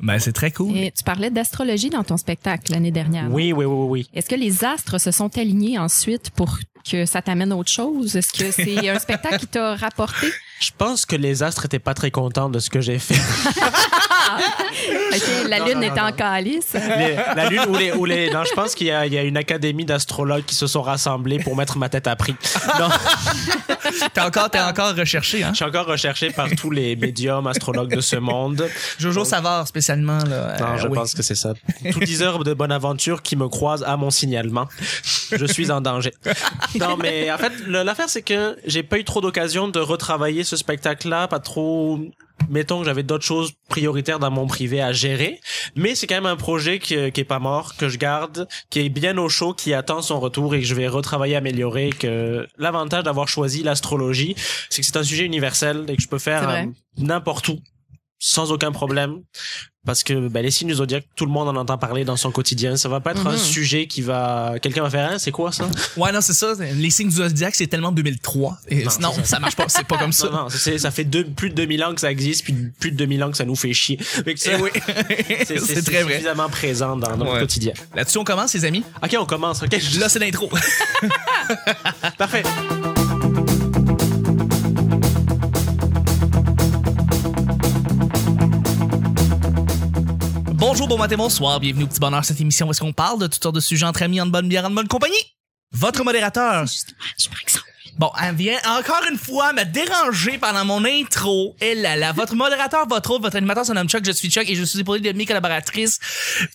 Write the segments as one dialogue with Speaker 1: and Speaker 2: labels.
Speaker 1: Ben, c'est très cool.
Speaker 2: Et tu parlais d'astrologie dans ton spectacle l'année dernière. non?
Speaker 3: Oui, oui, oui, oui. oui.
Speaker 2: Est-ce que les astres se sont alignés ensuite pour que ça t'amène autre chose? Est-ce que c'est un spectacle qui t'a rapporté?
Speaker 3: Je pense que les astres étaient pas très contents de ce que j'ai fait.
Speaker 2: Ok, la
Speaker 3: Non,
Speaker 2: lune
Speaker 3: non,
Speaker 2: est
Speaker 3: non,
Speaker 2: en
Speaker 3: non.
Speaker 2: calice.
Speaker 3: Les- la lune ou les, ou les- Non, je pense qu'il y, a- il y a une académie d'astrologues qui se sont rassemblés pour mettre ma tête à prix. Non,
Speaker 1: T'es encore, t'es encore recherché, hein?
Speaker 3: je suis encore recherché par tous les médiums astrologues de ce monde.
Speaker 1: Jojo Savard, spécialement, là.
Speaker 3: Non,
Speaker 1: euh,
Speaker 3: je
Speaker 1: oui.
Speaker 3: pense que c'est ça. Tout diseur de bonne aventure qui me croise à mon signalement. Je suis en danger. Non, mais en fait, le- l'affaire, c'est que j'ai pas eu trop d'occasion de retravailler ce spectacle-là, pas trop. Mettons que j'avais d'autres choses prioritaires dans mon privé à gérer, mais c'est quand même un projet qui, qui est pas mort, que je garde, qui est bien au chaud, qui attend son retour et que je vais retravailler, améliorer. Que l'avantage d'avoir choisi l'astrologie, c'est que c'est un sujet universel et que je peux
Speaker 2: C'est
Speaker 3: faire
Speaker 2: vrai.
Speaker 3: euh, n'importe où, sans aucun problème parce que ben, les signes du zodiaque, tout le monde en entend parler dans son quotidien. Ça va pas être un
Speaker 2: Mhm.
Speaker 3: sujet qui va. Quelqu'un va faire, Hein, c'est quoi ça
Speaker 1: Ouais, non, c'est ça. Les signes du zodiaque, c'est tellement 2003. Et
Speaker 3: Non,
Speaker 1: sinon,
Speaker 3: c'est
Speaker 1: ça marche pas. C'est pas comme ça.
Speaker 3: Non, non, c'est- ça fait deux, plus de 2000 ans que ça existe, puis plus de 2000 ans que ça nous fait chier. Fait que ça,
Speaker 1: Eh oui.
Speaker 3: c'est- c'est
Speaker 1: c'est très vrai.
Speaker 3: suffisamment présent dans notre
Speaker 1: Ouais.
Speaker 3: quotidien.
Speaker 1: Là-dessus, on commence, les amis.
Speaker 3: Ok, on commence. Ok,
Speaker 1: Là, c'est l'intro.
Speaker 3: parfait.
Speaker 1: Bonjour, bon matin, bonsoir. Bienvenue au Petit Bonheur, cette émission où est-ce qu'on parle de toutes sortes de sujets entre amis, en bonne bière, en bonne compagnie. Votre modérateur.
Speaker 2: Je par exemple.
Speaker 1: Bon, elle vient encore une fois me déranger pendant mon intro. Et là là, votre modérateur, votre hôte, votre animateur se nomme Chuck, je suis Chuck et je suis épaulé de mes collaboratrices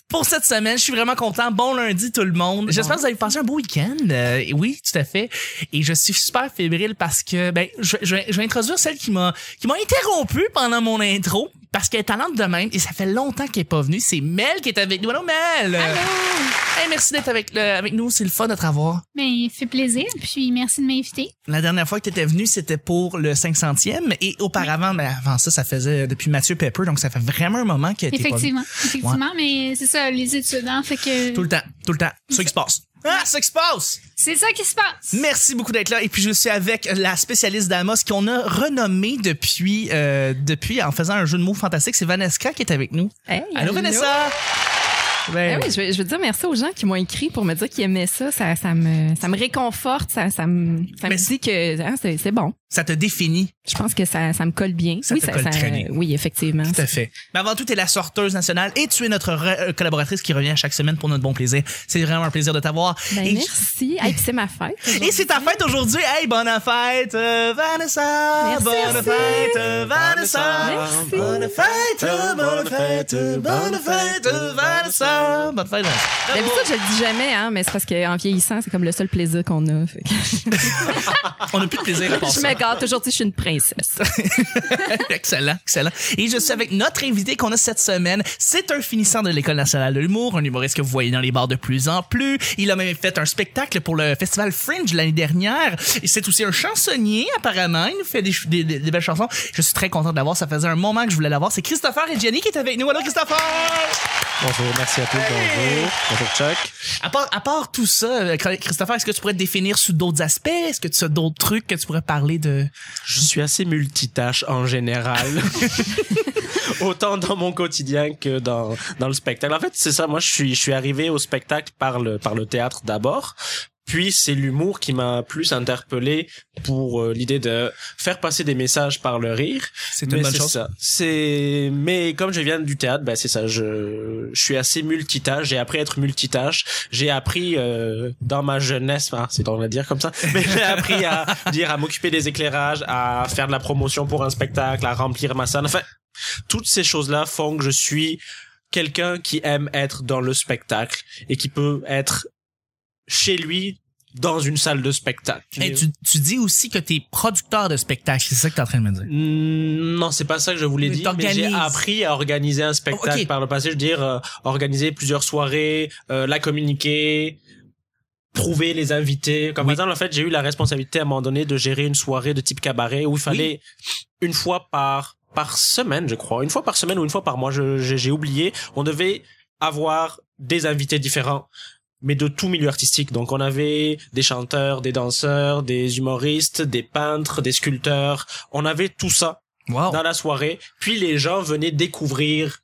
Speaker 1: pour cette semaine. Je suis vraiment content. Bon lundi tout le monde. J'espère que vous avez passé un beau week-end. Euh, oui, tout à fait. Et je suis super fébrile parce que ben je, je, vais- je vais introduire celle qui m'a qui m'a interrompu pendant mon intro parce qu'elle est talente de même et ça fait longtemps qu'elle est pas venue. C'est Mel qui est avec nous. Allô Mel. Hey, merci d'être avec le- avec nous. C'est le fun de te revoir.
Speaker 4: Mais il fait plaisir, puis merci de m'inviter.
Speaker 1: La dernière fois que tu étais venu, c'était pour le 500e. Et auparavant, ben, avant ça, ça faisait depuis Mathieu Pepper. Donc, ça fait vraiment un moment que t'es pas venu.
Speaker 4: Effectivement, effectivement, mais c'est ça, les étudiants, fait
Speaker 1: Tout
Speaker 4: que
Speaker 1: le temps, tout le temps. Ça qui se passe. Ah, ça qui se passe!
Speaker 4: c'est ça qui se passe.
Speaker 1: Merci beaucoup d'être là. Et puis, je suis avec la spécialiste d'Amos qu'on a renommée depuis, euh, depuis, en faisant un jeu de mots fantastique. C'est Vanessa qui est avec nous.
Speaker 2: Hey,
Speaker 1: Allô, Vanessa!
Speaker 2: Eh
Speaker 1: Ben
Speaker 2: oui, je veux, je veux dire merci aux gens qui m'ont écrit pour me dire qu'ils aimaient ça. Ça, ça, me, ça me réconforte, ça, ça me, ça me
Speaker 1: Mais-
Speaker 2: dit que hein, c'est c'est bon.
Speaker 1: Ça te définit.
Speaker 2: Je pense que ça, ça me colle bien.
Speaker 1: Ça
Speaker 2: oui,
Speaker 1: te colle très bien.
Speaker 2: oui, effectivement.
Speaker 1: Tout à fait. Mais avant tout, tu es la sorteuse nationale et tu es notre re- euh, collaboratrice qui revient chaque semaine pour notre bon plaisir. C'est vraiment un plaisir de t'avoir.
Speaker 2: Ben,
Speaker 1: Et-
Speaker 2: merci. Hey, puis c'est ma fête.
Speaker 1: Et c'est ta fête aujourd'hui. Hey, bonne fête, euh, Vanessa.
Speaker 2: Merci,
Speaker 1: bonne
Speaker 2: merci.
Speaker 1: fête, euh, Vanessa.
Speaker 2: Merci.
Speaker 1: Bonne fête, euh, bonne fête, euh, bonne fête, euh, Vanessa. Bonne fête, Vanessa. Bravo.
Speaker 2: D'habitude, je le dis jamais, hein, mais c'est parce qu'en vieillissant, c'est comme le seul plaisir qu'on a. Fait que
Speaker 1: On n'a plus de plaisir à part
Speaker 2: je
Speaker 1: ça.
Speaker 2: me gâte aujourd'hui, je suis une princesse.
Speaker 1: excellent, excellent. Et je suis avec notre invité qu'on a cette semaine. C'est un finissant de l'École nationale de l'humour, un humoriste que vous voyez dans les bars de plus en plus. Il a même fait un spectacle pour le festival Fringe l'année dernière. Et c'est aussi un chansonnier, apparemment. Il nous fait des, ch- des- des- des belles chansons. Je suis très content de l'avoir. Ça faisait un moment que je voulais l'avoir. C'est Christopher et Jenny qui est avec nous. Allô, Christopher!
Speaker 3: Bonjour, merci à tous. Bonjour. Bonjour, Chuck.
Speaker 1: À part, à part tout ça, euh, Christopher, est-ce que tu pourrais te définir sous d'autres aspects? Est-ce que tu as d'autres trucs que tu pourrais parler de...
Speaker 3: Je suis assez multitâche en général. Autant dans mon quotidien que dans, dans le spectacle. En fait, c'est ça. Moi, je suis, je suis arrivé au spectacle par le, par le théâtre d'abord. Puis c'est l'humour qui m'a plus interpellé pour euh, l'idée de faire passer des messages par le rire.
Speaker 1: C'est
Speaker 3: Mais c'est ça. C'est mais comme je viens du théâtre, ben c'est ça. Je je suis assez multitâche. J'ai appris à être multitâche. J'ai appris euh, dans ma jeunesse, enfin, c'est on va dire comme ça. Mais j'ai appris à dire à m'occuper des éclairages, à faire de la promotion pour un spectacle, à remplir ma salle. Enfin, toutes ces choses là font que je suis quelqu'un qui aime être dans le spectacle et qui peut être chez lui dans une salle de spectacle.
Speaker 1: Et tu, tu dis aussi que tu es producteur de spectacle. C'est ça que tu es en train de me dire.
Speaker 3: Mm, Non, c'est pas ça que je voulais
Speaker 1: Mais
Speaker 3: dire. Mais j'ai
Speaker 1: t'organises.
Speaker 3: appris à organiser un spectacle
Speaker 1: Ok.
Speaker 3: par le passé. Je veux dire, euh, organiser plusieurs soirées, euh, la communiquer, prouver les invités. Comme
Speaker 1: Oui.
Speaker 3: par exemple, en fait, j'ai eu la responsabilité à un moment donné de gérer une soirée de type cabaret où il fallait une fois par par semaine, je crois, une fois par semaine ou une fois par mois, je- j'ai j'ai oublié. On devait avoir des invités différents mais de tout milieu artistique. Donc on avait des chanteurs, des danseurs, des humoristes, des peintres, des sculpteurs. On avait tout ça
Speaker 1: Wow.
Speaker 3: dans la soirée. Puis les gens venaient découvrir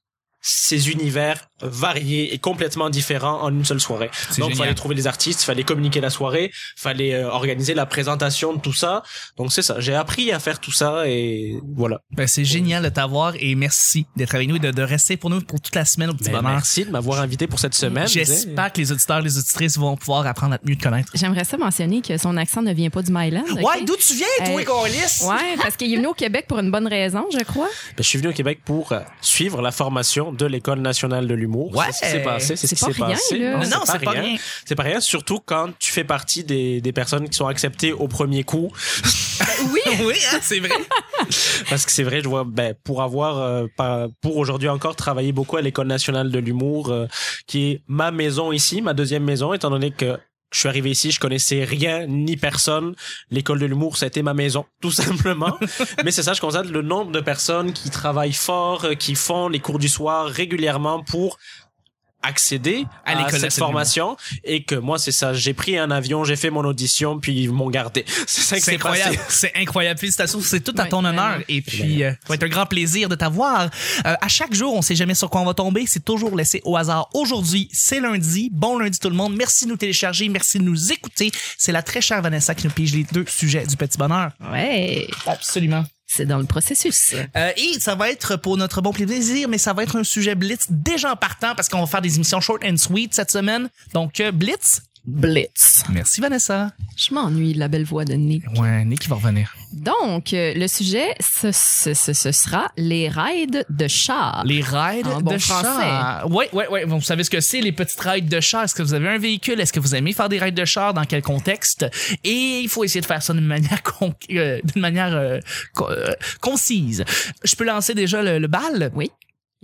Speaker 3: ces univers variés et complètement différents en une seule soirée.
Speaker 1: C'est
Speaker 3: Donc,
Speaker 1: génial.
Speaker 3: fallait trouver les artistes, fallait communiquer la soirée, fallait euh, organiser la présentation de tout ça. Donc, c'est ça. J'ai appris à faire tout ça et voilà.
Speaker 1: Ben, c'est génial de t'avoir et merci d'être avec nous et de, de rester pour nous pour toute la semaine au petit
Speaker 3: Ben,
Speaker 1: bonheur.
Speaker 3: merci de m'avoir invité pour cette semaine.
Speaker 1: J'espère que les auditeurs les auditrices vont pouvoir apprendre à te mieux te connaître.
Speaker 2: J'aimerais ça mentionner que son accent ne vient pas du Myland. ok?
Speaker 1: Ouais, d'où tu viens, toi,
Speaker 2: Euh,
Speaker 1: Colis?
Speaker 2: Ouais, parce qu'il est venu au Québec pour une bonne raison, je crois.
Speaker 3: Ben, je suis venu au Québec pour euh, suivre la formation de l'École nationale de l'humour.
Speaker 1: Ouais.
Speaker 3: C'est ce qui s'est passé. C'est
Speaker 2: C'est
Speaker 3: ce qui
Speaker 2: pas
Speaker 3: s'est
Speaker 2: rien,
Speaker 3: passé.
Speaker 2: là.
Speaker 1: Non, non, c'est pas rien.
Speaker 3: C'est pas rien, surtout quand tu fais partie des, des personnes qui sont acceptées au premier coup.
Speaker 1: Oui, oui, hein, c'est vrai.
Speaker 3: Parce que c'est vrai, je vois, ben, pour avoir, euh, pas- pour aujourd'hui encore, travaillé beaucoup à l'École nationale de l'humour, euh, qui est ma maison ici, ma deuxième maison, étant donné que je suis arrivé ici, je connaissais rien ni personne. L'école de l'humour, ça a été ma maison, tout simplement. Mais c'est ça, je constate le nombre de personnes qui travaillent fort, euh, qui font les cours du soir régulièrement pour accéder
Speaker 1: À
Speaker 3: à,
Speaker 1: l'École nationale
Speaker 3: cette
Speaker 1: de l'humour.
Speaker 3: formation et que moi c'est ça j'ai pris un avion j'ai fait mon audition puis ils m'ont gardé c'est ça que
Speaker 1: C'est
Speaker 3: c'est
Speaker 1: incroyable.
Speaker 3: passé.
Speaker 1: C'est incroyable. Félicitations. C'est tout à
Speaker 2: Ouais,
Speaker 1: ton
Speaker 2: vraiment.
Speaker 1: honneur. Et puis, euh, ça va être un grand plaisir de t'avoir. Euh, à chaque jour, on sait jamais sur quoi on va tomber. C'est toujours laissé au hasard. Aujourd'hui, c'est lundi. Bon lundi tout le monde. Merci de nous télécharger. Merci de nous écouter. C'est la très chère Vanessa qui nous pige les deux sujets du petit bonheur.
Speaker 2: Ouais,
Speaker 1: Absolument.
Speaker 2: c'est dans le processus.
Speaker 1: Euh, et ça va être pour notre bon plaisir, mais ça va être un sujet blitz déjà en partant parce qu'on va faire des émissions short and sweet cette semaine. Donc, euh, blitz.
Speaker 2: Blitz.
Speaker 1: Merci Vanessa.
Speaker 2: Je m'ennuie de la belle voix de Nick.
Speaker 1: Ouais, Nick qui va revenir.
Speaker 2: Donc, euh, le sujet, ce, ce- ce- ce sera les raids de char.
Speaker 1: Les rides
Speaker 2: En bon
Speaker 1: de
Speaker 2: français.
Speaker 1: char. Oui, oui, oui. Vous savez ce que c'est, les petites rides de char. Est-ce que vous avez un véhicule? Est-ce que vous aimez faire des rides de char? Dans quel contexte? Et il faut essayer de faire ça d'une manière, con- euh, d'une manière euh, co- euh, concise. Je peux lancer déjà le, le bal?
Speaker 2: Oui.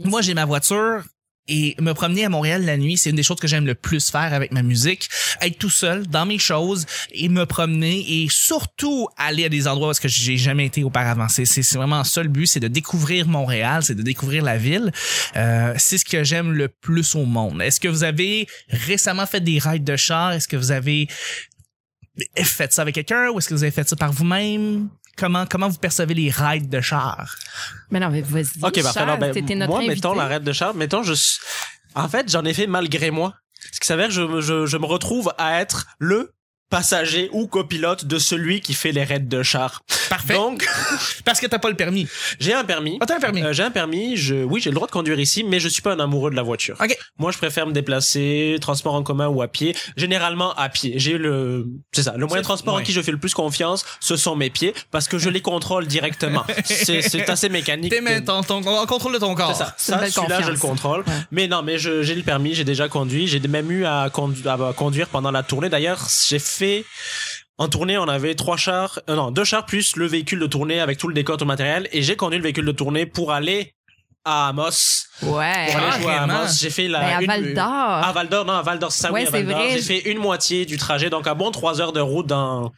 Speaker 1: Moi, j'ai ma voiture. Et me promener à Montréal la nuit, c'est une des choses que j'aime le plus faire avec ma musique. Être tout seul dans mes choses et me promener et surtout aller à des endroits parce que j'ai jamais été auparavant. C'est c'est- c'est vraiment le seul but, c'est de découvrir Montréal, c'est de découvrir la ville. Euh, c'est ce que j'aime le plus au monde. Est-ce que vous avez récemment fait des rides de char? Est-ce que vous avez fait ça avec quelqu'un ou est-ce que vous avez fait ça par vous-même? Comment, comment vous percevez les rides de char?
Speaker 2: Mais non, mais vas-y.
Speaker 3: Ok, parfait.
Speaker 2: Charles,
Speaker 3: Alors, ben,
Speaker 2: t'étais notre
Speaker 3: moi,
Speaker 2: invité.
Speaker 3: mettons la raide de Charles, mettons, je. s- En fait, j'en ai fait malgré moi. Ce qui s'avère, que je, me- je, je me retrouve à être le passager ou copilote de celui qui fait les raids de char.
Speaker 1: Parfait.
Speaker 3: Donc,
Speaker 1: Parce que t'as pas le permis.
Speaker 3: j'ai un permis.
Speaker 1: Ah, t'as un permis.
Speaker 3: Euh, j'ai un permis, je, oui, j'ai le droit de conduire ici, mais je suis pas un amoureux de la voiture.
Speaker 1: Ok.
Speaker 3: Moi, je préfère me déplacer, transport en commun ou à pied. Généralement à pied. J'ai le, c'est ça, le moyen de
Speaker 1: C'est-
Speaker 3: transport
Speaker 1: ouais.
Speaker 3: en qui je fais le plus confiance, ce sont mes pieds, parce que je les contrôle directement. c'est, c'est assez mécanique.
Speaker 1: Tes mains, ton, ton, on contrôle de ton corps.
Speaker 3: C'est ça.
Speaker 2: Oh, C'est une
Speaker 3: Ça,
Speaker 2: belle
Speaker 3: celui-là, je le
Speaker 2: confiance.
Speaker 3: contrôle.
Speaker 2: Ouais.
Speaker 3: Mais non, mais je- j'ai le permis, j'ai déjà conduit. J'ai même eu à, condu- à conduire pendant la tournée. D'ailleurs, j'ai fait... En tournée, on avait trois chars, euh, non, deux chars plus le véhicule de tournée avec tout le décor, tout le matériel. Et j'ai conduit le véhicule de tournée pour aller à Amos.
Speaker 2: Ouais.
Speaker 3: Pour aller jouer à
Speaker 1: Carrément.
Speaker 3: Amos. J'ai fait la...
Speaker 2: Eh, Ben, à
Speaker 3: une-
Speaker 2: Val
Speaker 3: Ah,
Speaker 2: d'Or.
Speaker 3: À Val d'Or, non, à Val d'Or, c'est ça,
Speaker 2: Ouais,
Speaker 3: oui, à
Speaker 2: c'est
Speaker 3: Val d'Or.
Speaker 2: vrai.
Speaker 3: J'ai fait une moitié du trajet, donc à bon trois heures de route dans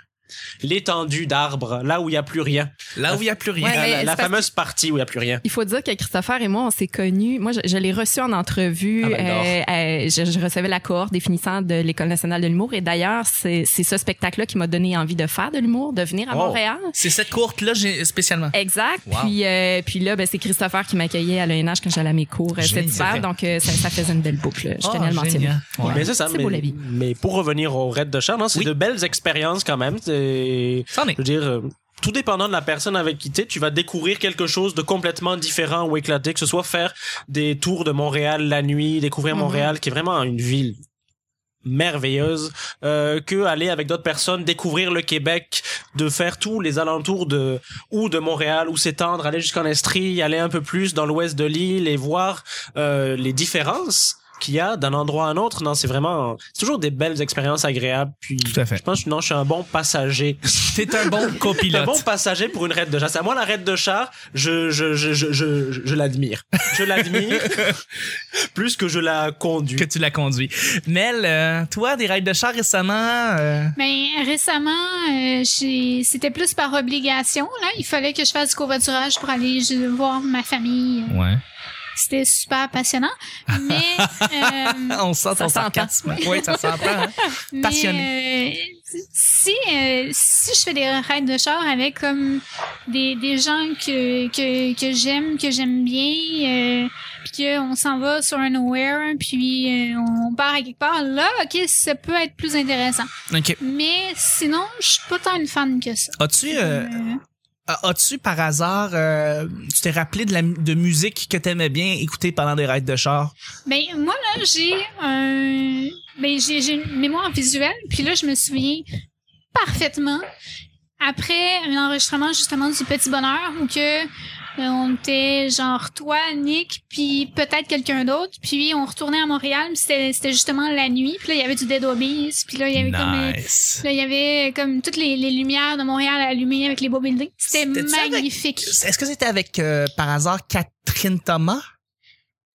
Speaker 3: l'étendue d'arbres, là où il n'y a plus rien.
Speaker 1: Là où il n'y a plus rien.
Speaker 2: Ouais,
Speaker 3: La-
Speaker 2: mais
Speaker 3: la
Speaker 2: c'est
Speaker 3: la
Speaker 2: parce
Speaker 3: fameuse partie où il n'y a plus rien.
Speaker 2: Il faut dire que Christopher et moi, on s'est connus. Moi, je, je l'ai reçu en entrevue.
Speaker 3: Ah, ben, d'or.
Speaker 2: euh, je, je recevais la cohorte définissant de l'École nationale de l'humour. Et d'ailleurs, c'est c'est ce spectacle-là qui m'a donné envie de faire de l'humour, de venir à
Speaker 3: Wow.
Speaker 2: Montréal.
Speaker 1: C'est cette courte-là j'ai-
Speaker 2: Eh,
Speaker 1: spécialement.
Speaker 2: Exact.
Speaker 1: Oh. Wow.
Speaker 2: Puis, euh, puis là, ben, c'est Christopher qui m'accueillait à l'ENH quand j'allais à mes cours euh,
Speaker 1: Génial.
Speaker 2: cet hiver. Donc, euh, ça, ça faisait une belle boucle. Je
Speaker 1: Ah,
Speaker 2: tenais à le mentionner.
Speaker 1: génial. Ouais.
Speaker 3: Mais c'est ça.
Speaker 2: C'est
Speaker 3: mais,
Speaker 2: beau, la vie.
Speaker 3: mais pour revenir au raid de char, non, c'est
Speaker 1: Oui.
Speaker 3: de belles expériences quand même. C'est-
Speaker 1: C'en est.
Speaker 3: Je veux dire, euh, tout dépendant de la personne avec qui t'es, tu vas découvrir quelque chose de complètement différent ou éclaté, que ce soit faire des tours de Montréal la nuit, découvrir
Speaker 2: Mhm.
Speaker 3: Montréal, qui est vraiment une ville merveilleuse, euh, que aller avec d'autres personnes découvrir le Québec, de faire tous les alentours de ou de Montréal, ou s'étendre, aller jusqu'en Estrie, aller un peu plus dans l'ouest de l'île et voir euh, les différences qu'il y a d'un endroit à un autre. Non, c'est vraiment c'est toujours des belles expériences agréables. Puis
Speaker 1: Tout à fait.
Speaker 3: je pense que non, je suis un bon passager.
Speaker 1: T'es un bon
Speaker 3: Je suis un
Speaker 1: copilote.
Speaker 3: bon passager pour une raide de char. C'est à moi la raide de char, je je je je je, je- je l'admire. Je l'admire plus que je la conduis.
Speaker 1: que tu l'as conduit. Mel, euh, toi, des rides de char récemment, euh,
Speaker 4: Mais récemment, euh, j'ai- c'était plus par obligation. Là. Il fallait que je fasse du covoiturage pour aller je- voir ma famille.
Speaker 1: Ouais.
Speaker 4: C'était super passionnant. Mais, euh,
Speaker 1: on sent
Speaker 2: Ça
Speaker 1: ton
Speaker 2: s'entend.
Speaker 1: sarcasme. Oui, ça s'entend. hein.
Speaker 4: mais,
Speaker 1: Passionné.
Speaker 4: euh, si, euh, si je fais des raids de char avec comme des, des gens que, que, que j'aime, que j'aime bien, euh, puis qu'on s'en va sur un nowhere, puis euh, on part à quelque part, là, OK, ça peut être plus intéressant.
Speaker 1: OK.
Speaker 4: Mais sinon, je suis pas tant une fan que ça.
Speaker 1: As-tu, euh,
Speaker 4: Euh,
Speaker 1: as-tu par hasard, euh, tu t'es rappelé de, la, mu- de musique que t'aimais bien écouter pendant des raids de char?
Speaker 4: Ben moi là, j'ai un ben j'ai j'ai une mémoire visuelle, puis là je me souviens parfaitement après un enregistrement justement du petit bonheur où que euh, on était genre toi, Nick, puis peut-être quelqu'un d'autre, puis on retournait à Montréal, puis c'était c'était justement la nuit, puis là il y avait du Dead Obies, puis là il y avait comme les-
Speaker 1: Nice.
Speaker 4: là il y avait comme toutes les, les lumières de Montréal allumées avec les beaux buildings, c'était
Speaker 1: C'était-tu avec-
Speaker 4: magnifique.
Speaker 1: Est-ce que c'était avec, euh, par hasard, Catherine Thomas?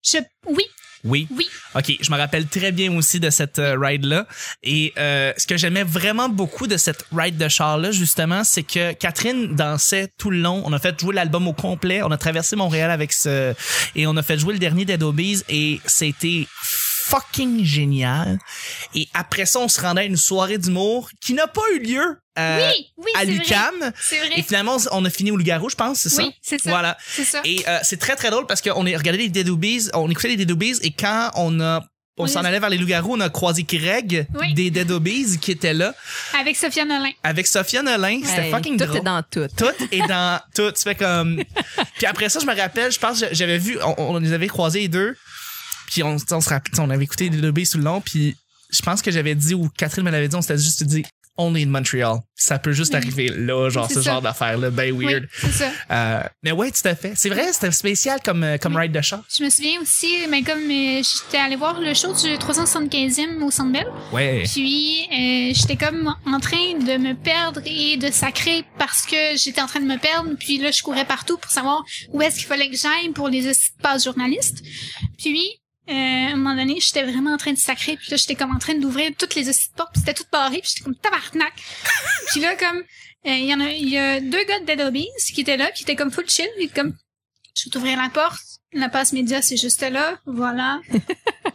Speaker 4: Je oui,
Speaker 1: Oui.
Speaker 4: Oui.
Speaker 1: OK, je me rappelle très bien aussi de cette euh, ride-là. Et euh, ce que j'aimais vraiment beaucoup de cette ride de char-là, justement, c'est que Catherine dansait tout le long. On a fait jouer l'album au complet. On a traversé Montréal avec ce... Et on a fait jouer le dernier des Dobies et c'était fucking génial. Et après ça, on se rendait à une soirée d'humour qui n'a pas eu lieu euh,
Speaker 4: oui, oui,
Speaker 1: à
Speaker 4: c'est vrai.
Speaker 1: l'UCAM.
Speaker 4: C'est
Speaker 1: Et
Speaker 4: vrai.
Speaker 1: finalement, on a fini au Loup-Garou, je pense, c'est ça?
Speaker 4: Oui, c'est ça.
Speaker 1: Voilà.
Speaker 4: C'est ça.
Speaker 1: Et euh, c'est très très drôle parce qu'on est regardé les Deadoobies, on écoutait les Deadoobies et quand on a on
Speaker 4: Oui.
Speaker 1: s'en allait vers les loups-garous, on a croisé Greg
Speaker 4: Oui.
Speaker 1: des Deadoobies qui était là
Speaker 4: Avec Sophia Nolin.
Speaker 1: avec Sophia Nolin, c'était
Speaker 2: Hey,
Speaker 1: fucking
Speaker 2: tout
Speaker 1: drôle.
Speaker 2: est dans tout.
Speaker 1: Tout est dans tout. Tu fais comme. Puis après ça, je me rappelle, je pense, que j'avais vu, on, on les avait croisés les deux. Puis on, on se rappelle, on avait écouté les Deadoobies tout le long. Puis je pense que j'avais dit, ou Catherine me l'avait dit, on s'était juste dit, only in Montreal. Ça peut juste
Speaker 4: Mm.
Speaker 1: arriver là, genre
Speaker 4: C'est
Speaker 1: ce
Speaker 4: ça.
Speaker 1: genre d'affaire-là, ben weird.
Speaker 4: Oui, c'est ça.
Speaker 1: Euh, mais ouais, tout à fait. C'est vrai, c'était spécial comme, euh, comme
Speaker 4: Oui.
Speaker 1: ride de chat.
Speaker 4: Je me souviens aussi, mais comme euh, j'étais allée voir le show du 375e au Centre Bell,
Speaker 1: Ouais.
Speaker 4: puis euh, j'étais comme en train de me perdre et de sacrer parce que j'étais en train de me perdre, puis là je courais partout pour savoir où est-ce qu'il fallait que j'aille pour les espaces journalistes. Puis euh, à un moment donné, j'étais vraiment en train de sacrer, puis là j'étais comme en train d'ouvrir toutes les hosties de portes, puis c'était tout barré, puis j'étais comme tabarnak. puis là comme euh, il y en a il y a deux gars de Dead Hobbies qui étaient là, qui étaient comme full chill, et comme je vais t'ouvrir la porte, la passe média c'est juste là, voilà.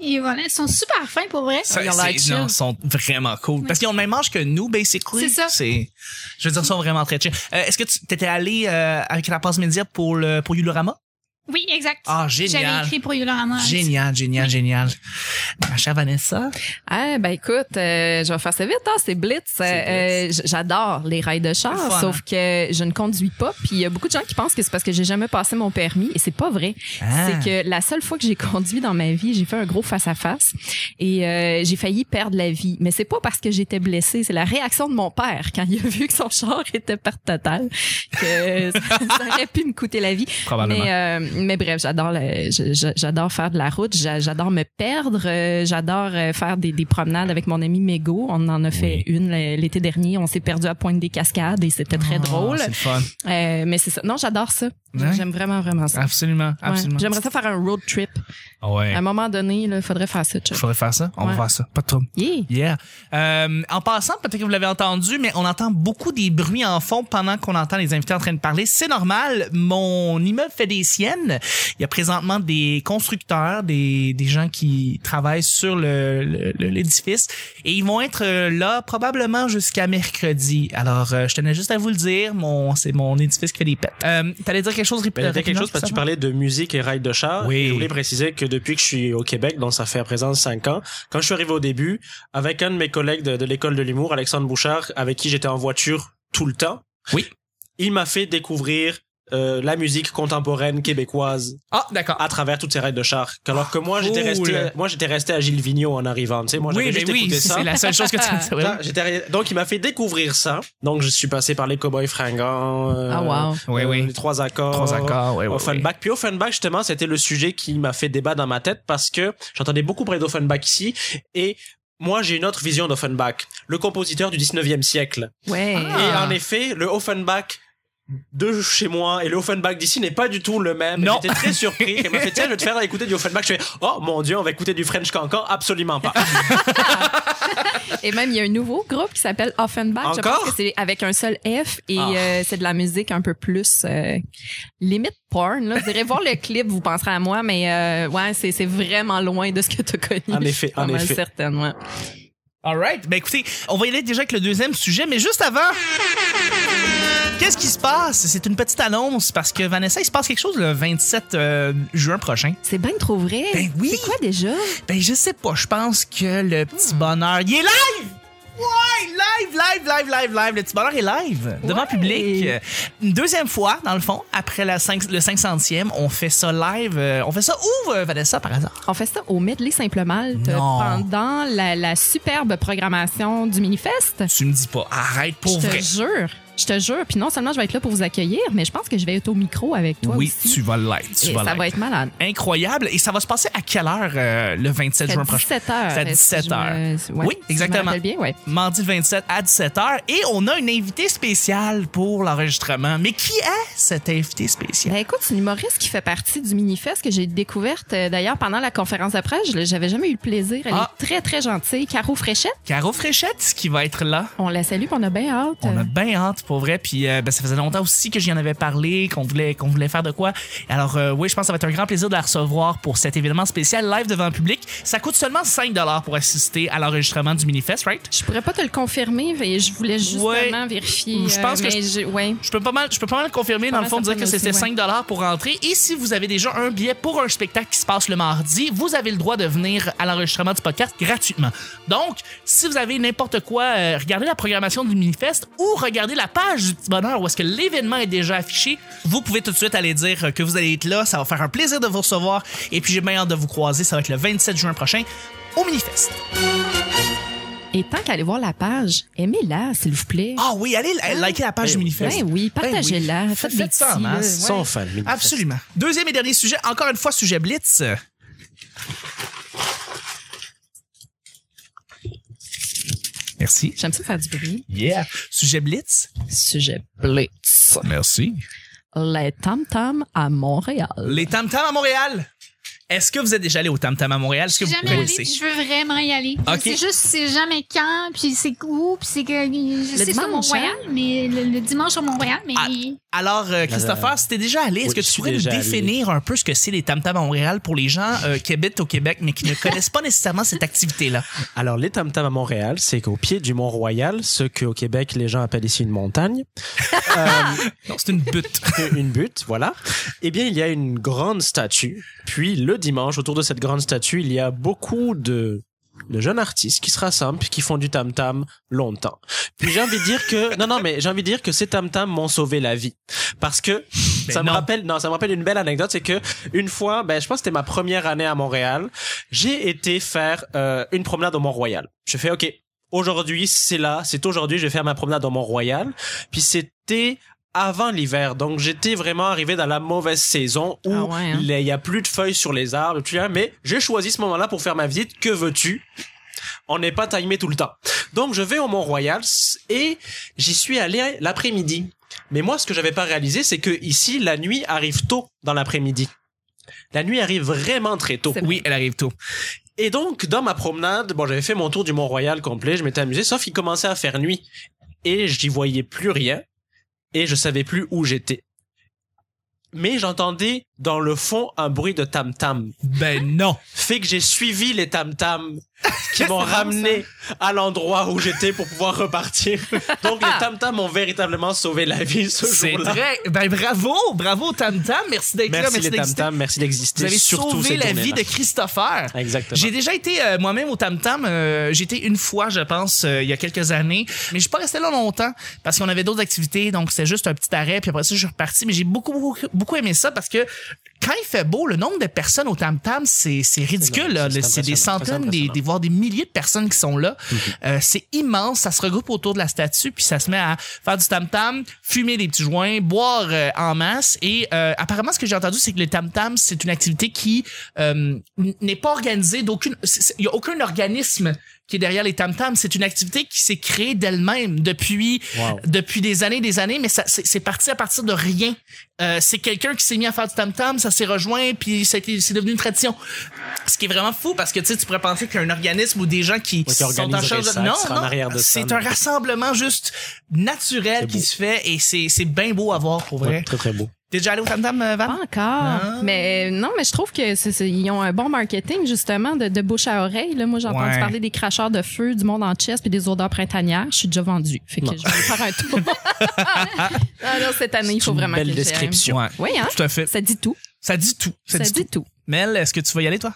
Speaker 4: et voilà, ils sont super fins pour vrai.
Speaker 1: Ça,
Speaker 2: Ils ont l'air
Speaker 1: c'est-
Speaker 2: chill.
Speaker 1: non, ils sont vraiment cool.
Speaker 4: Oui.
Speaker 1: Parce qu'ils ont le même âge que nous, basically.
Speaker 4: C'est ça.
Speaker 1: C'est- je veux dire, ils sont vraiment très chill. Euh, Est-ce que tu t'étais allé euh, avec la passe média pour, le, pour Yulorama?
Speaker 4: Oui, exact.
Speaker 1: Ah,
Speaker 4: J'avais
Speaker 1: génial.
Speaker 4: écrit pour Yolorama.
Speaker 1: Génial, génial, génial. Ma chère Vanessa.
Speaker 2: Ah, ben écoute, euh, je vais faire ça vite. hein, c'est Blitz. Euh, j- J'adore les rails de char,
Speaker 1: C'est le fun,
Speaker 2: sauf
Speaker 1: hein.
Speaker 2: que je ne conduis pas. Puis il y a beaucoup de gens qui pensent que c'est parce que j'ai jamais passé mon permis, et c'est pas vrai.
Speaker 1: Ah.
Speaker 2: C'est que la seule fois que j'ai conduit dans ma vie, j'ai fait un gros face-à-face et euh, j'ai failli perdre la vie. Mais c'est pas parce que j'étais blessée, c'est la réaction de mon père quand il a vu que son char était perte totale que ça, ça aurait pu me coûter la vie.
Speaker 1: Probablement.
Speaker 2: Mais, euh, mais bref, j'adore le- je- je- j'adore faire de la route, j'a- j'adore me perdre, euh, j'adore euh, faire des, des promenades avec mon ami Mégo. On en a fait une euh, l'été dernier, on s'est perdu à Pointe des Cascades et c'était très
Speaker 1: Ah,
Speaker 2: drôle.
Speaker 1: C'est le fun.
Speaker 2: Euh, mais c'est ça. Non, j'adore ça.
Speaker 1: Ouais.
Speaker 2: J'aime vraiment vraiment ça.
Speaker 1: Absolument,
Speaker 2: Ouais.
Speaker 1: absolument. Ah
Speaker 2: J'aimerais ça faire un road trip.
Speaker 1: Ouais.
Speaker 2: À un moment donné, il faudrait faire ça. Chuck.
Speaker 1: Faudrait faire ça. On
Speaker 2: Ouais.
Speaker 1: va faire ça. Pas de trouble.
Speaker 2: Yeah.
Speaker 1: Yeah. Euh, en passant, peut-être que vous l'avez entendu, mais on entend beaucoup des bruits en fond pendant qu'on entend les invités en train de parler. C'est normal. Mon immeuble fait des siennes. Il y a présentement des constructeurs, des, des gens qui travaillent sur le- le- le- l'édifice et ils vont être euh, là probablement jusqu'à mercredi. Alors, euh, je tenais juste à vous le dire. Mon, c'est mon édifice qui fait des pets. Euh, T'allais dire quelque chose, Rip-
Speaker 3: Ben, il y avait quelque
Speaker 1: rapidement,
Speaker 3: chose parce que tu
Speaker 1: Christophe?
Speaker 3: parlais de musique et rail de char.
Speaker 1: Oui.
Speaker 3: Et Je voulais préciser que depuis que je suis au Québec, donc ça fait à présent cinq ans, quand je suis arrivé au début, avec un de mes collègues de, de l'école de l'humour, Alexandre Bouchard, avec qui j'étais en voiture tout le temps.
Speaker 1: Oui.
Speaker 3: Il m'a fait découvrir euh, la musique contemporaine québécoise
Speaker 1: Ah, d'accord.
Speaker 3: à travers toutes ces raids de char. Alors que moi, j'étais
Speaker 1: Ah, Cool.
Speaker 3: resté, moi, j'étais resté à Gilles Vigneault en arrivant. Tu sais, moi, j'avais
Speaker 1: oui,
Speaker 3: juste
Speaker 1: mais oui,
Speaker 3: écouté ça.
Speaker 1: c'est la seule chose que tu
Speaker 3: Ça, j'étais arrivé- Donc, il m'a fait découvrir ça. Donc, je suis passé par les cowboys fringants. euh,
Speaker 2: Ah wow.
Speaker 1: Oui,
Speaker 3: euh,
Speaker 1: oui.
Speaker 3: Les trois accords.
Speaker 1: Trois accords, oui, oui, oui.
Speaker 3: Offenbach. Puis Offenbach, justement, c'était le sujet qui m'a fait débat dans ma tête parce que j'entendais beaucoup parler d'Offenbach ici et moi, j'ai une autre vision d'Offenbach, le compositeur du 19e siècle.
Speaker 2: Ouais.
Speaker 3: Et
Speaker 1: Ah.
Speaker 3: en effet, le Offenbach de chez moi et le Offenbach d'ici n'est pas du tout le même.
Speaker 1: Non.
Speaker 3: J'étais très surpris. Elle m'a fait, tiens, je vais te faire écouter du Offenbach. Je fais, oh mon dieu, on va écouter du French Cancan. Absolument pas.
Speaker 2: Et même, il y a un nouveau groupe qui s'appelle Offenbach. Je
Speaker 3: Encore?
Speaker 2: pense que c'est avec un seul F et
Speaker 3: Ah.
Speaker 2: euh, c'est de la musique un peu plus euh, limite porn. Là. Vous irez voir le clip, vous penserez à moi, mais euh, ouais, c'est c'est vraiment loin de ce que tu as connu.
Speaker 3: En
Speaker 2: Je
Speaker 3: effet,
Speaker 2: suis pas
Speaker 3: en
Speaker 2: mal
Speaker 3: effet.
Speaker 2: certaine, ouais.
Speaker 1: All right. Ben écoutez, on va y aller déjà avec le deuxième sujet, mais juste avant. Qu'est-ce qui se passe? C'est une petite annonce parce que Vanessa, il se passe quelque chose le 27 euh, juin prochain.
Speaker 2: C'est bien trop vrai.
Speaker 1: Ben oui.
Speaker 2: C'est quoi déjà?
Speaker 1: Ben, je sais pas. Je pense que le petit bonheur, il est live! Ouais! Live, live, live, live, live. Le petit bonheur est live. Devant
Speaker 2: Ouais.
Speaker 1: public. Euh, Une deuxième fois, dans le fond, après la cinq- le 500e, on fait ça live. Euh, On fait ça où, euh, Vanessa, par hasard?
Speaker 2: On fait ça au Medley Simple Malte
Speaker 1: Non.
Speaker 2: pendant la, la superbe programmation du Minifest.
Speaker 1: Tu me dis pas. Arrête pour
Speaker 2: je te
Speaker 1: vrai.
Speaker 2: jure. Je te jure. Puis non seulement je vais être là pour vous accueillir, mais je pense que je vais être au micro avec toi
Speaker 1: Oui,
Speaker 2: aussi.
Speaker 1: tu vas l'être. Tu
Speaker 2: Et
Speaker 1: vas
Speaker 2: ça
Speaker 1: l'être.
Speaker 2: va être malade.
Speaker 1: Incroyable. Et ça va se passer à quelle heure euh, le 27
Speaker 2: C'est
Speaker 1: juin
Speaker 2: à
Speaker 1: prochain?
Speaker 2: 17 heures. euh,
Speaker 1: C'est à
Speaker 2: si
Speaker 1: 17
Speaker 2: je me- ouais,
Speaker 1: Oui,
Speaker 2: si Je me
Speaker 1: exactement.
Speaker 2: rappelle bien, ouais.
Speaker 1: Mardi le 27 à 17h. Et on a une invitée spéciale pour l'enregistrement. Mais qui est cette invitée spéciale?
Speaker 2: Ben écoute, c'est une humoriste qui fait partie du Minifest que j'ai découverte euh, d'ailleurs pendant la conférence de presse. Je l'ai- J'avais jamais eu le plaisir. Elle
Speaker 1: Ah.
Speaker 2: est très, très gentille. Caro Fréchette,
Speaker 1: Caro Fréchette qui va être là.
Speaker 2: on la salue, puis on a bien hâte. Euh,
Speaker 1: On a bien hâte pour vrai, puis euh, ben, ça faisait longtemps aussi que j'y en avais parlé, qu'on voulait qu'on voulait faire de quoi. Alors euh, oui, je pense que ça va être un grand plaisir de la recevoir pour cet événement spécial live devant le public. Ça coûte seulement 5 dollars pour assister à l'enregistrement du Minifest, right
Speaker 2: Je pourrais pas te le confirmer, mais je voulais justement
Speaker 1: Ouais.
Speaker 2: vérifier.
Speaker 1: Je pense
Speaker 2: euh,
Speaker 1: que
Speaker 2: mais je- ouais.
Speaker 1: Je peux pas mal, je peux pas mal le confirmer dans
Speaker 2: Pas
Speaker 1: le
Speaker 2: mal
Speaker 1: fond, dire que
Speaker 2: certaine
Speaker 1: c'était
Speaker 2: aussi,
Speaker 1: 5
Speaker 2: ouais.
Speaker 1: dollars pour entrer. Et si vous avez déjà un billet pour un spectacle qui se passe le mardi, vous avez le droit de venir à l'enregistrement du podcast gratuitement. Donc, si vous avez n'importe quoi, euh, regardez la programmation du Minifest ou regardez la page du Petit Bonheur où est-ce que l'événement est déjà affiché. Vous pouvez tout de suite aller dire euh, que vous allez être là. Ça va faire un plaisir de vous recevoir. Et puis, j'ai bien hâte de vous croiser. Ça va être le 27 juin prochain au Minifest.
Speaker 2: Et tant qu'à aller voir la page, aimez-la, s'il vous plaît.
Speaker 1: Ah oui, allez euh, liker la page
Speaker 3: Ben
Speaker 1: du
Speaker 3: oui.
Speaker 1: Minifest.
Speaker 2: Ben oui, partagez-la.
Speaker 1: oui.
Speaker 2: Faites,
Speaker 1: Faites
Speaker 2: des petits,
Speaker 1: ça en masse.
Speaker 2: là, ouais.
Speaker 3: Sans fan. Minifest.
Speaker 1: Absolument. Deuxième et dernier sujet, encore une fois, sujet Blitz. Merci.
Speaker 2: J'aime ça faire du bruit.
Speaker 1: Yeah. Sujet Blitz.
Speaker 2: Sujet Blitz.
Speaker 1: Merci.
Speaker 2: Les tam-tams à Montréal.
Speaker 1: Les Tam Tam à Montréal. Est-ce que vous êtes déjà allé au Tam Tam à Montréal? Est-ce que
Speaker 4: Je
Speaker 1: vous
Speaker 4: suis jamais allée,
Speaker 1: connaissez?
Speaker 4: puis je veux vraiment y aller.
Speaker 1: Ok.
Speaker 4: C'est juste, c'est jamais quand, puis c'est où, puis c'est que je sais sur
Speaker 2: dimanche,
Speaker 4: Mont-Royal, mais le, le dimanche sur Mont-Royal, mais
Speaker 1: Ah. Alors, euh, Christopher, si t'es déjà allé, est-ce
Speaker 3: Oui,
Speaker 1: que
Speaker 3: je
Speaker 1: tu
Speaker 3: suis
Speaker 1: pourrais nous
Speaker 3: déjà allé.
Speaker 1: définir un peu ce que c'est les Tam Tam à Montréal pour les gens euh, qui habitent au Québec mais qui ne connaissent pas nécessairement cette activité-là?
Speaker 3: Alors, les tam tam à Montréal, c'est qu'au pied du Mont Royal, ce qu'au Québec, les gens appellent ici une montagne,
Speaker 1: Non, c'est une butte.
Speaker 3: une butte, voilà, eh bien, il y a une grande statue. Puis, le dimanche, autour de cette grande statue, il y a beaucoup de de jeunes artistes qui se rassemblent puis qui font du tam tam longtemps. Puis j'ai envie de dire que non non mais j'ai envie de dire que ces tam tam m'ont sauvé la vie parce que
Speaker 1: Ben
Speaker 3: ça me
Speaker 1: non.
Speaker 3: rappelle non ça me rappelle une belle anecdote c'est que une fois ben je pense que c'était ma première année à Montréal j'ai été faire euh, une promenade au Mont Royal je fais ok aujourd'hui c'est là c'est aujourd'hui je vais faire ma promenade au Mont Royal puis c'était avant l'hiver donc j'étais vraiment arrivé dans la mauvaise saison où
Speaker 2: Ah ouais, hein.
Speaker 3: il y a plus de feuilles sur les arbres tu vois mais j'ai choisi ce moment-là pour faire ma visite que veux-tu on n'est pas timé tout le temps. Donc je vais au Mont-Royal et j'y suis allé l'après-midi. Mais moi, ce que j'avais pas réalisé, c'est que ici, la nuit arrive tôt dans l'après-midi. La nuit arrive vraiment très tôt.
Speaker 2: C'est
Speaker 1: Oui, elle arrive tôt.
Speaker 3: Et donc, dans ma promenade, bon, j'avais fait mon tour du Mont-Royal complet, je m'étais amusé, sauf qu'il commençait à faire nuit. Et j'y voyais plus rien. Et je savais plus où j'étais. Mais j'entendais dans le fond un bruit de tam-tam
Speaker 1: Ben non.
Speaker 3: fait que j'ai suivi les tam tam qui m'ont ramené à l'endroit où j'étais pour pouvoir repartir. Donc les tam tam m'ont véritablement sauvé la vie ce
Speaker 1: C'est
Speaker 3: jour-là.
Speaker 1: vrai. Ben bravo, bravo Tam Tam. Merci d'être là,
Speaker 3: Merci
Speaker 1: merci
Speaker 3: les tam
Speaker 1: d'exister.
Speaker 3: tam, merci
Speaker 1: Vous
Speaker 3: d'exister.
Speaker 1: avez
Speaker 3: Surtout
Speaker 1: sauvé
Speaker 3: cette
Speaker 1: la vie de
Speaker 3: journée-là.
Speaker 1: Christopher. J'ai
Speaker 3: Exactement.
Speaker 1: déjà été euh, moi-même au Tam Tam. euh, J'étais une fois, je pense, euh, il y a quelques années. Mais je suis pas resté là longtemps parce qu'on avait d'autres activités. Donc, c'était juste un petit arrêt. Puis après ça, je suis reparti. Mais j'ai beaucoup, beaucoup, beaucoup aimé ça parce que quand il fait beau, le nombre de personnes au Tam Tam, c'est c'est ridicule.
Speaker 3: énorme,
Speaker 1: là.
Speaker 3: c'est
Speaker 1: C'est des
Speaker 3: impressionnant, c'est
Speaker 1: centaines, des,
Speaker 3: impressionnant.
Speaker 1: des- voire des milliers de personnes qui sont là. Euh, c'est immense. Ça se regroupe autour de la statue. Puis ça se met à faire du Tam Tam, fumer des petits joints, boire euh, en masse. Et euh, apparemment, ce que j'ai entendu, c'est que le Tam Tam, c'est une activité qui euh, n- n'est pas organisée d'aucune. c'est- c'est- Il y a aucun organisme qui est derrière les Tam Tam. C'est une activité qui s'est créée d'elle-même depuis
Speaker 3: Wow.
Speaker 1: depuis des années, des années, mais ça c'est c'est parti à partir de rien. Euh, c'est quelqu'un qui s'est mis à faire du tam tam, ça s'est rejoint, puis ça a été- c'est devenu une tradition. Ce qui est vraiment fou parce que tu sais, tu pourrais penser qu'un organisme ou des gens qui,
Speaker 3: qui
Speaker 1: sont en
Speaker 3: organiseraient
Speaker 1: charge de
Speaker 3: ça, qui
Speaker 1: non,
Speaker 3: seraient en
Speaker 1: non,
Speaker 3: arrière de ça,
Speaker 1: c'est
Speaker 3: non.
Speaker 1: un rassemblement juste naturel
Speaker 3: C'est
Speaker 1: qui
Speaker 3: beau.
Speaker 1: se fait et c'est c'est bien beau à voir pour vrai.
Speaker 3: Ouais, très très beau.
Speaker 1: T'es déjà allé au Tam Tam, euh, Val?
Speaker 2: Pas encore.
Speaker 1: Non.
Speaker 2: Mais euh, non, mais je trouve que c'est- c'est- ils ont un bon marketing justement de, de bouche à oreille. Là, moi, j'ai entendu
Speaker 1: Ouais.
Speaker 2: parler des cracheurs de feu, du monde en chest puis des odeurs printanières. Je suis déjà vendue. Fait que je vais aller faire un tour. Alors cette année, il faut
Speaker 3: une
Speaker 2: vraiment
Speaker 3: belle
Speaker 2: que j'aille.
Speaker 3: description.
Speaker 1: Ouais.
Speaker 2: Oui, hein?
Speaker 1: Tout à fait.
Speaker 2: Ça dit tout.
Speaker 1: Ça dit tout. Ça, dit, tout.
Speaker 2: tout.
Speaker 1: Mel, est-ce que tu vas y aller, toi?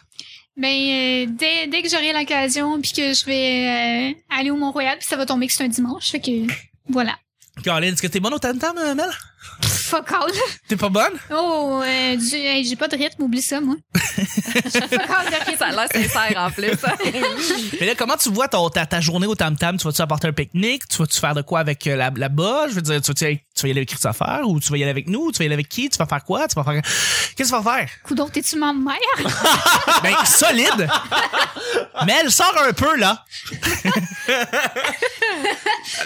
Speaker 4: Ben, euh, dès, dès que j'aurai l'occasion, puis que je vais euh, aller au Mont-Royal, puis ça va tomber que c'est un dimanche, fait que voilà.
Speaker 1: Caroline, est-ce que t'es bonne au Tam Tam, euh, Mel?
Speaker 4: Fuck all.
Speaker 1: T'es pas bonne?
Speaker 4: Oh, euh, du- hey, j'ai pas de rythme, oublie ça, moi. J'ai fuck all de rythme.
Speaker 2: Ça a l'air sincère en plus.
Speaker 1: Mais là, comment tu vois ton, ta, ta journée au Tam Tam? Tu vas-tu apporter un pique-nique? Tu vas-tu faire de quoi avec euh, la- là-bas? Je veux dire, tu, vas-tu aller- tu vas y aller avec Christopher ou tu vas y aller avec nous? Tu vas y aller avec qui? Tu vas faire quoi? Tu vas faire. Qu'est-ce que tu vas faire?
Speaker 4: Coudon, t'es-tu ma mère?
Speaker 1: Ben, solide! Mel, sors un peu, là!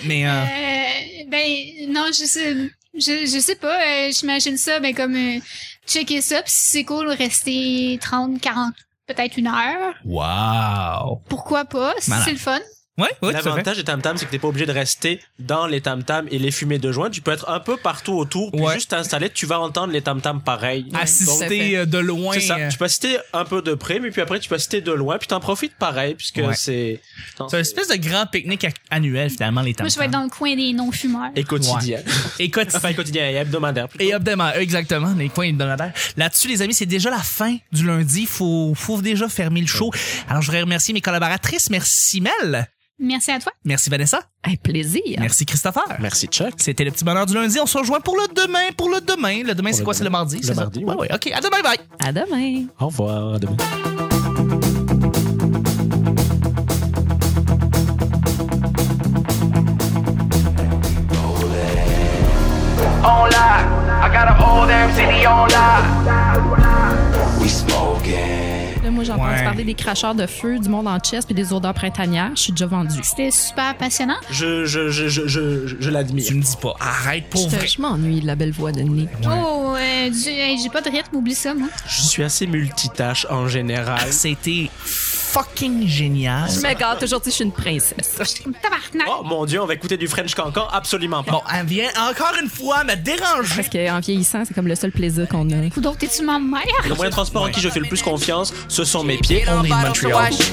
Speaker 1: Mais. euh,
Speaker 4: Euh, ben, non, je sais, je, je sais pas. euh, J'imagine ça, ben, comme euh, checker ça, puis si c'est cool, rester 30, 40, peut-être une heure.
Speaker 1: Wow!
Speaker 4: Pourquoi pas, si
Speaker 1: Malade.
Speaker 4: c'est le fun.
Speaker 1: Ouais, ouais, tout à fait.
Speaker 3: L'avantage des tam tam c'est que t'es pas obligé de rester dans les tam tam et les fumées de joint. Tu peux être un peu partout autour, puis
Speaker 1: Ouais.
Speaker 3: juste t'installer, tu vas entendre les tam tam pareil.
Speaker 2: tout à
Speaker 1: Assister
Speaker 2: fait.
Speaker 1: euh, de loin.
Speaker 3: C'est ça.
Speaker 1: euh,
Speaker 3: Tu peux assister un peu de près, mais puis après tu peux assister de loin, puis t'en profites pareil, puisque
Speaker 1: Ouais.
Speaker 3: c'est
Speaker 1: C'est un espèce de grand pique-nique ac- annuel, finalement, les temps.
Speaker 4: Moi, je vais être dans le coin des non-fumeurs.
Speaker 3: et euh, quotidien.
Speaker 1: Et quotidien.
Speaker 3: Enfin quotidien et hebdomadaire. plutôt.
Speaker 1: Et euh, hebdomadaire, exactement, les coins hebdomadaires. Là-dessus, les amis, c'est déjà la fin du lundi. Faut, faut déjà fermer le show. Alors, je voudrais remercier mes collaboratrices. Merci Mel.
Speaker 4: Merci à toi.
Speaker 1: Merci Vanessa.
Speaker 2: Un plaisir.
Speaker 1: Merci Christopher.
Speaker 3: Merci Chuck.
Speaker 1: C'était le petit bonheur du lundi. On se rejoint pour le demain. Pour le demain. Le demain, c'est
Speaker 3: le
Speaker 1: quoi? C'est le
Speaker 3: demain.
Speaker 1: mardi?
Speaker 3: Le
Speaker 1: c'est ça?
Speaker 3: mardi,
Speaker 1: Ouais,
Speaker 3: ouais.
Speaker 1: ouais. OK. À demain. Bye.
Speaker 2: À demain.
Speaker 3: Au revoir. à demain.
Speaker 5: on lock. I got a whole damn city on lock.
Speaker 6: We smoking.
Speaker 2: Là, moi, j'ai entendu
Speaker 1: Ouais.
Speaker 2: parler des cracheurs de feu, du monde en chest puis des odeurs printanières. Je suis déjà vendue.
Speaker 4: C'était super passionnant.
Speaker 3: Je je je je je, je- je l'admire.
Speaker 1: Tu me dis pas. Arrête pour
Speaker 2: Je te-
Speaker 1: vrai.
Speaker 2: je m'ennuie de la belle voix de Nick.
Speaker 4: Oh, euh, du- hey, j'ai pas de rythme, oublie ça, moi.
Speaker 3: Je suis assez multitâche en
Speaker 1: Ah,
Speaker 3: général.
Speaker 1: C'était fucking génial.
Speaker 2: Je me gâte aujourd'hui, je suis une princesse.
Speaker 4: J'étais comme tabarnak.
Speaker 3: Oh mon dieu, on va écouter du French Cancan Absolument pas.
Speaker 1: Bon, elle vient encore une fois me déranger.
Speaker 2: Parce qu'en vieillissant, c'est comme le seul plaisir qu'on a.
Speaker 4: Coudon, t'es-tu ma mère?
Speaker 3: Le moyen de transport en qui je fais le plus confiance, ce sont mes pieds. On est Montreal.
Speaker 7: Wash.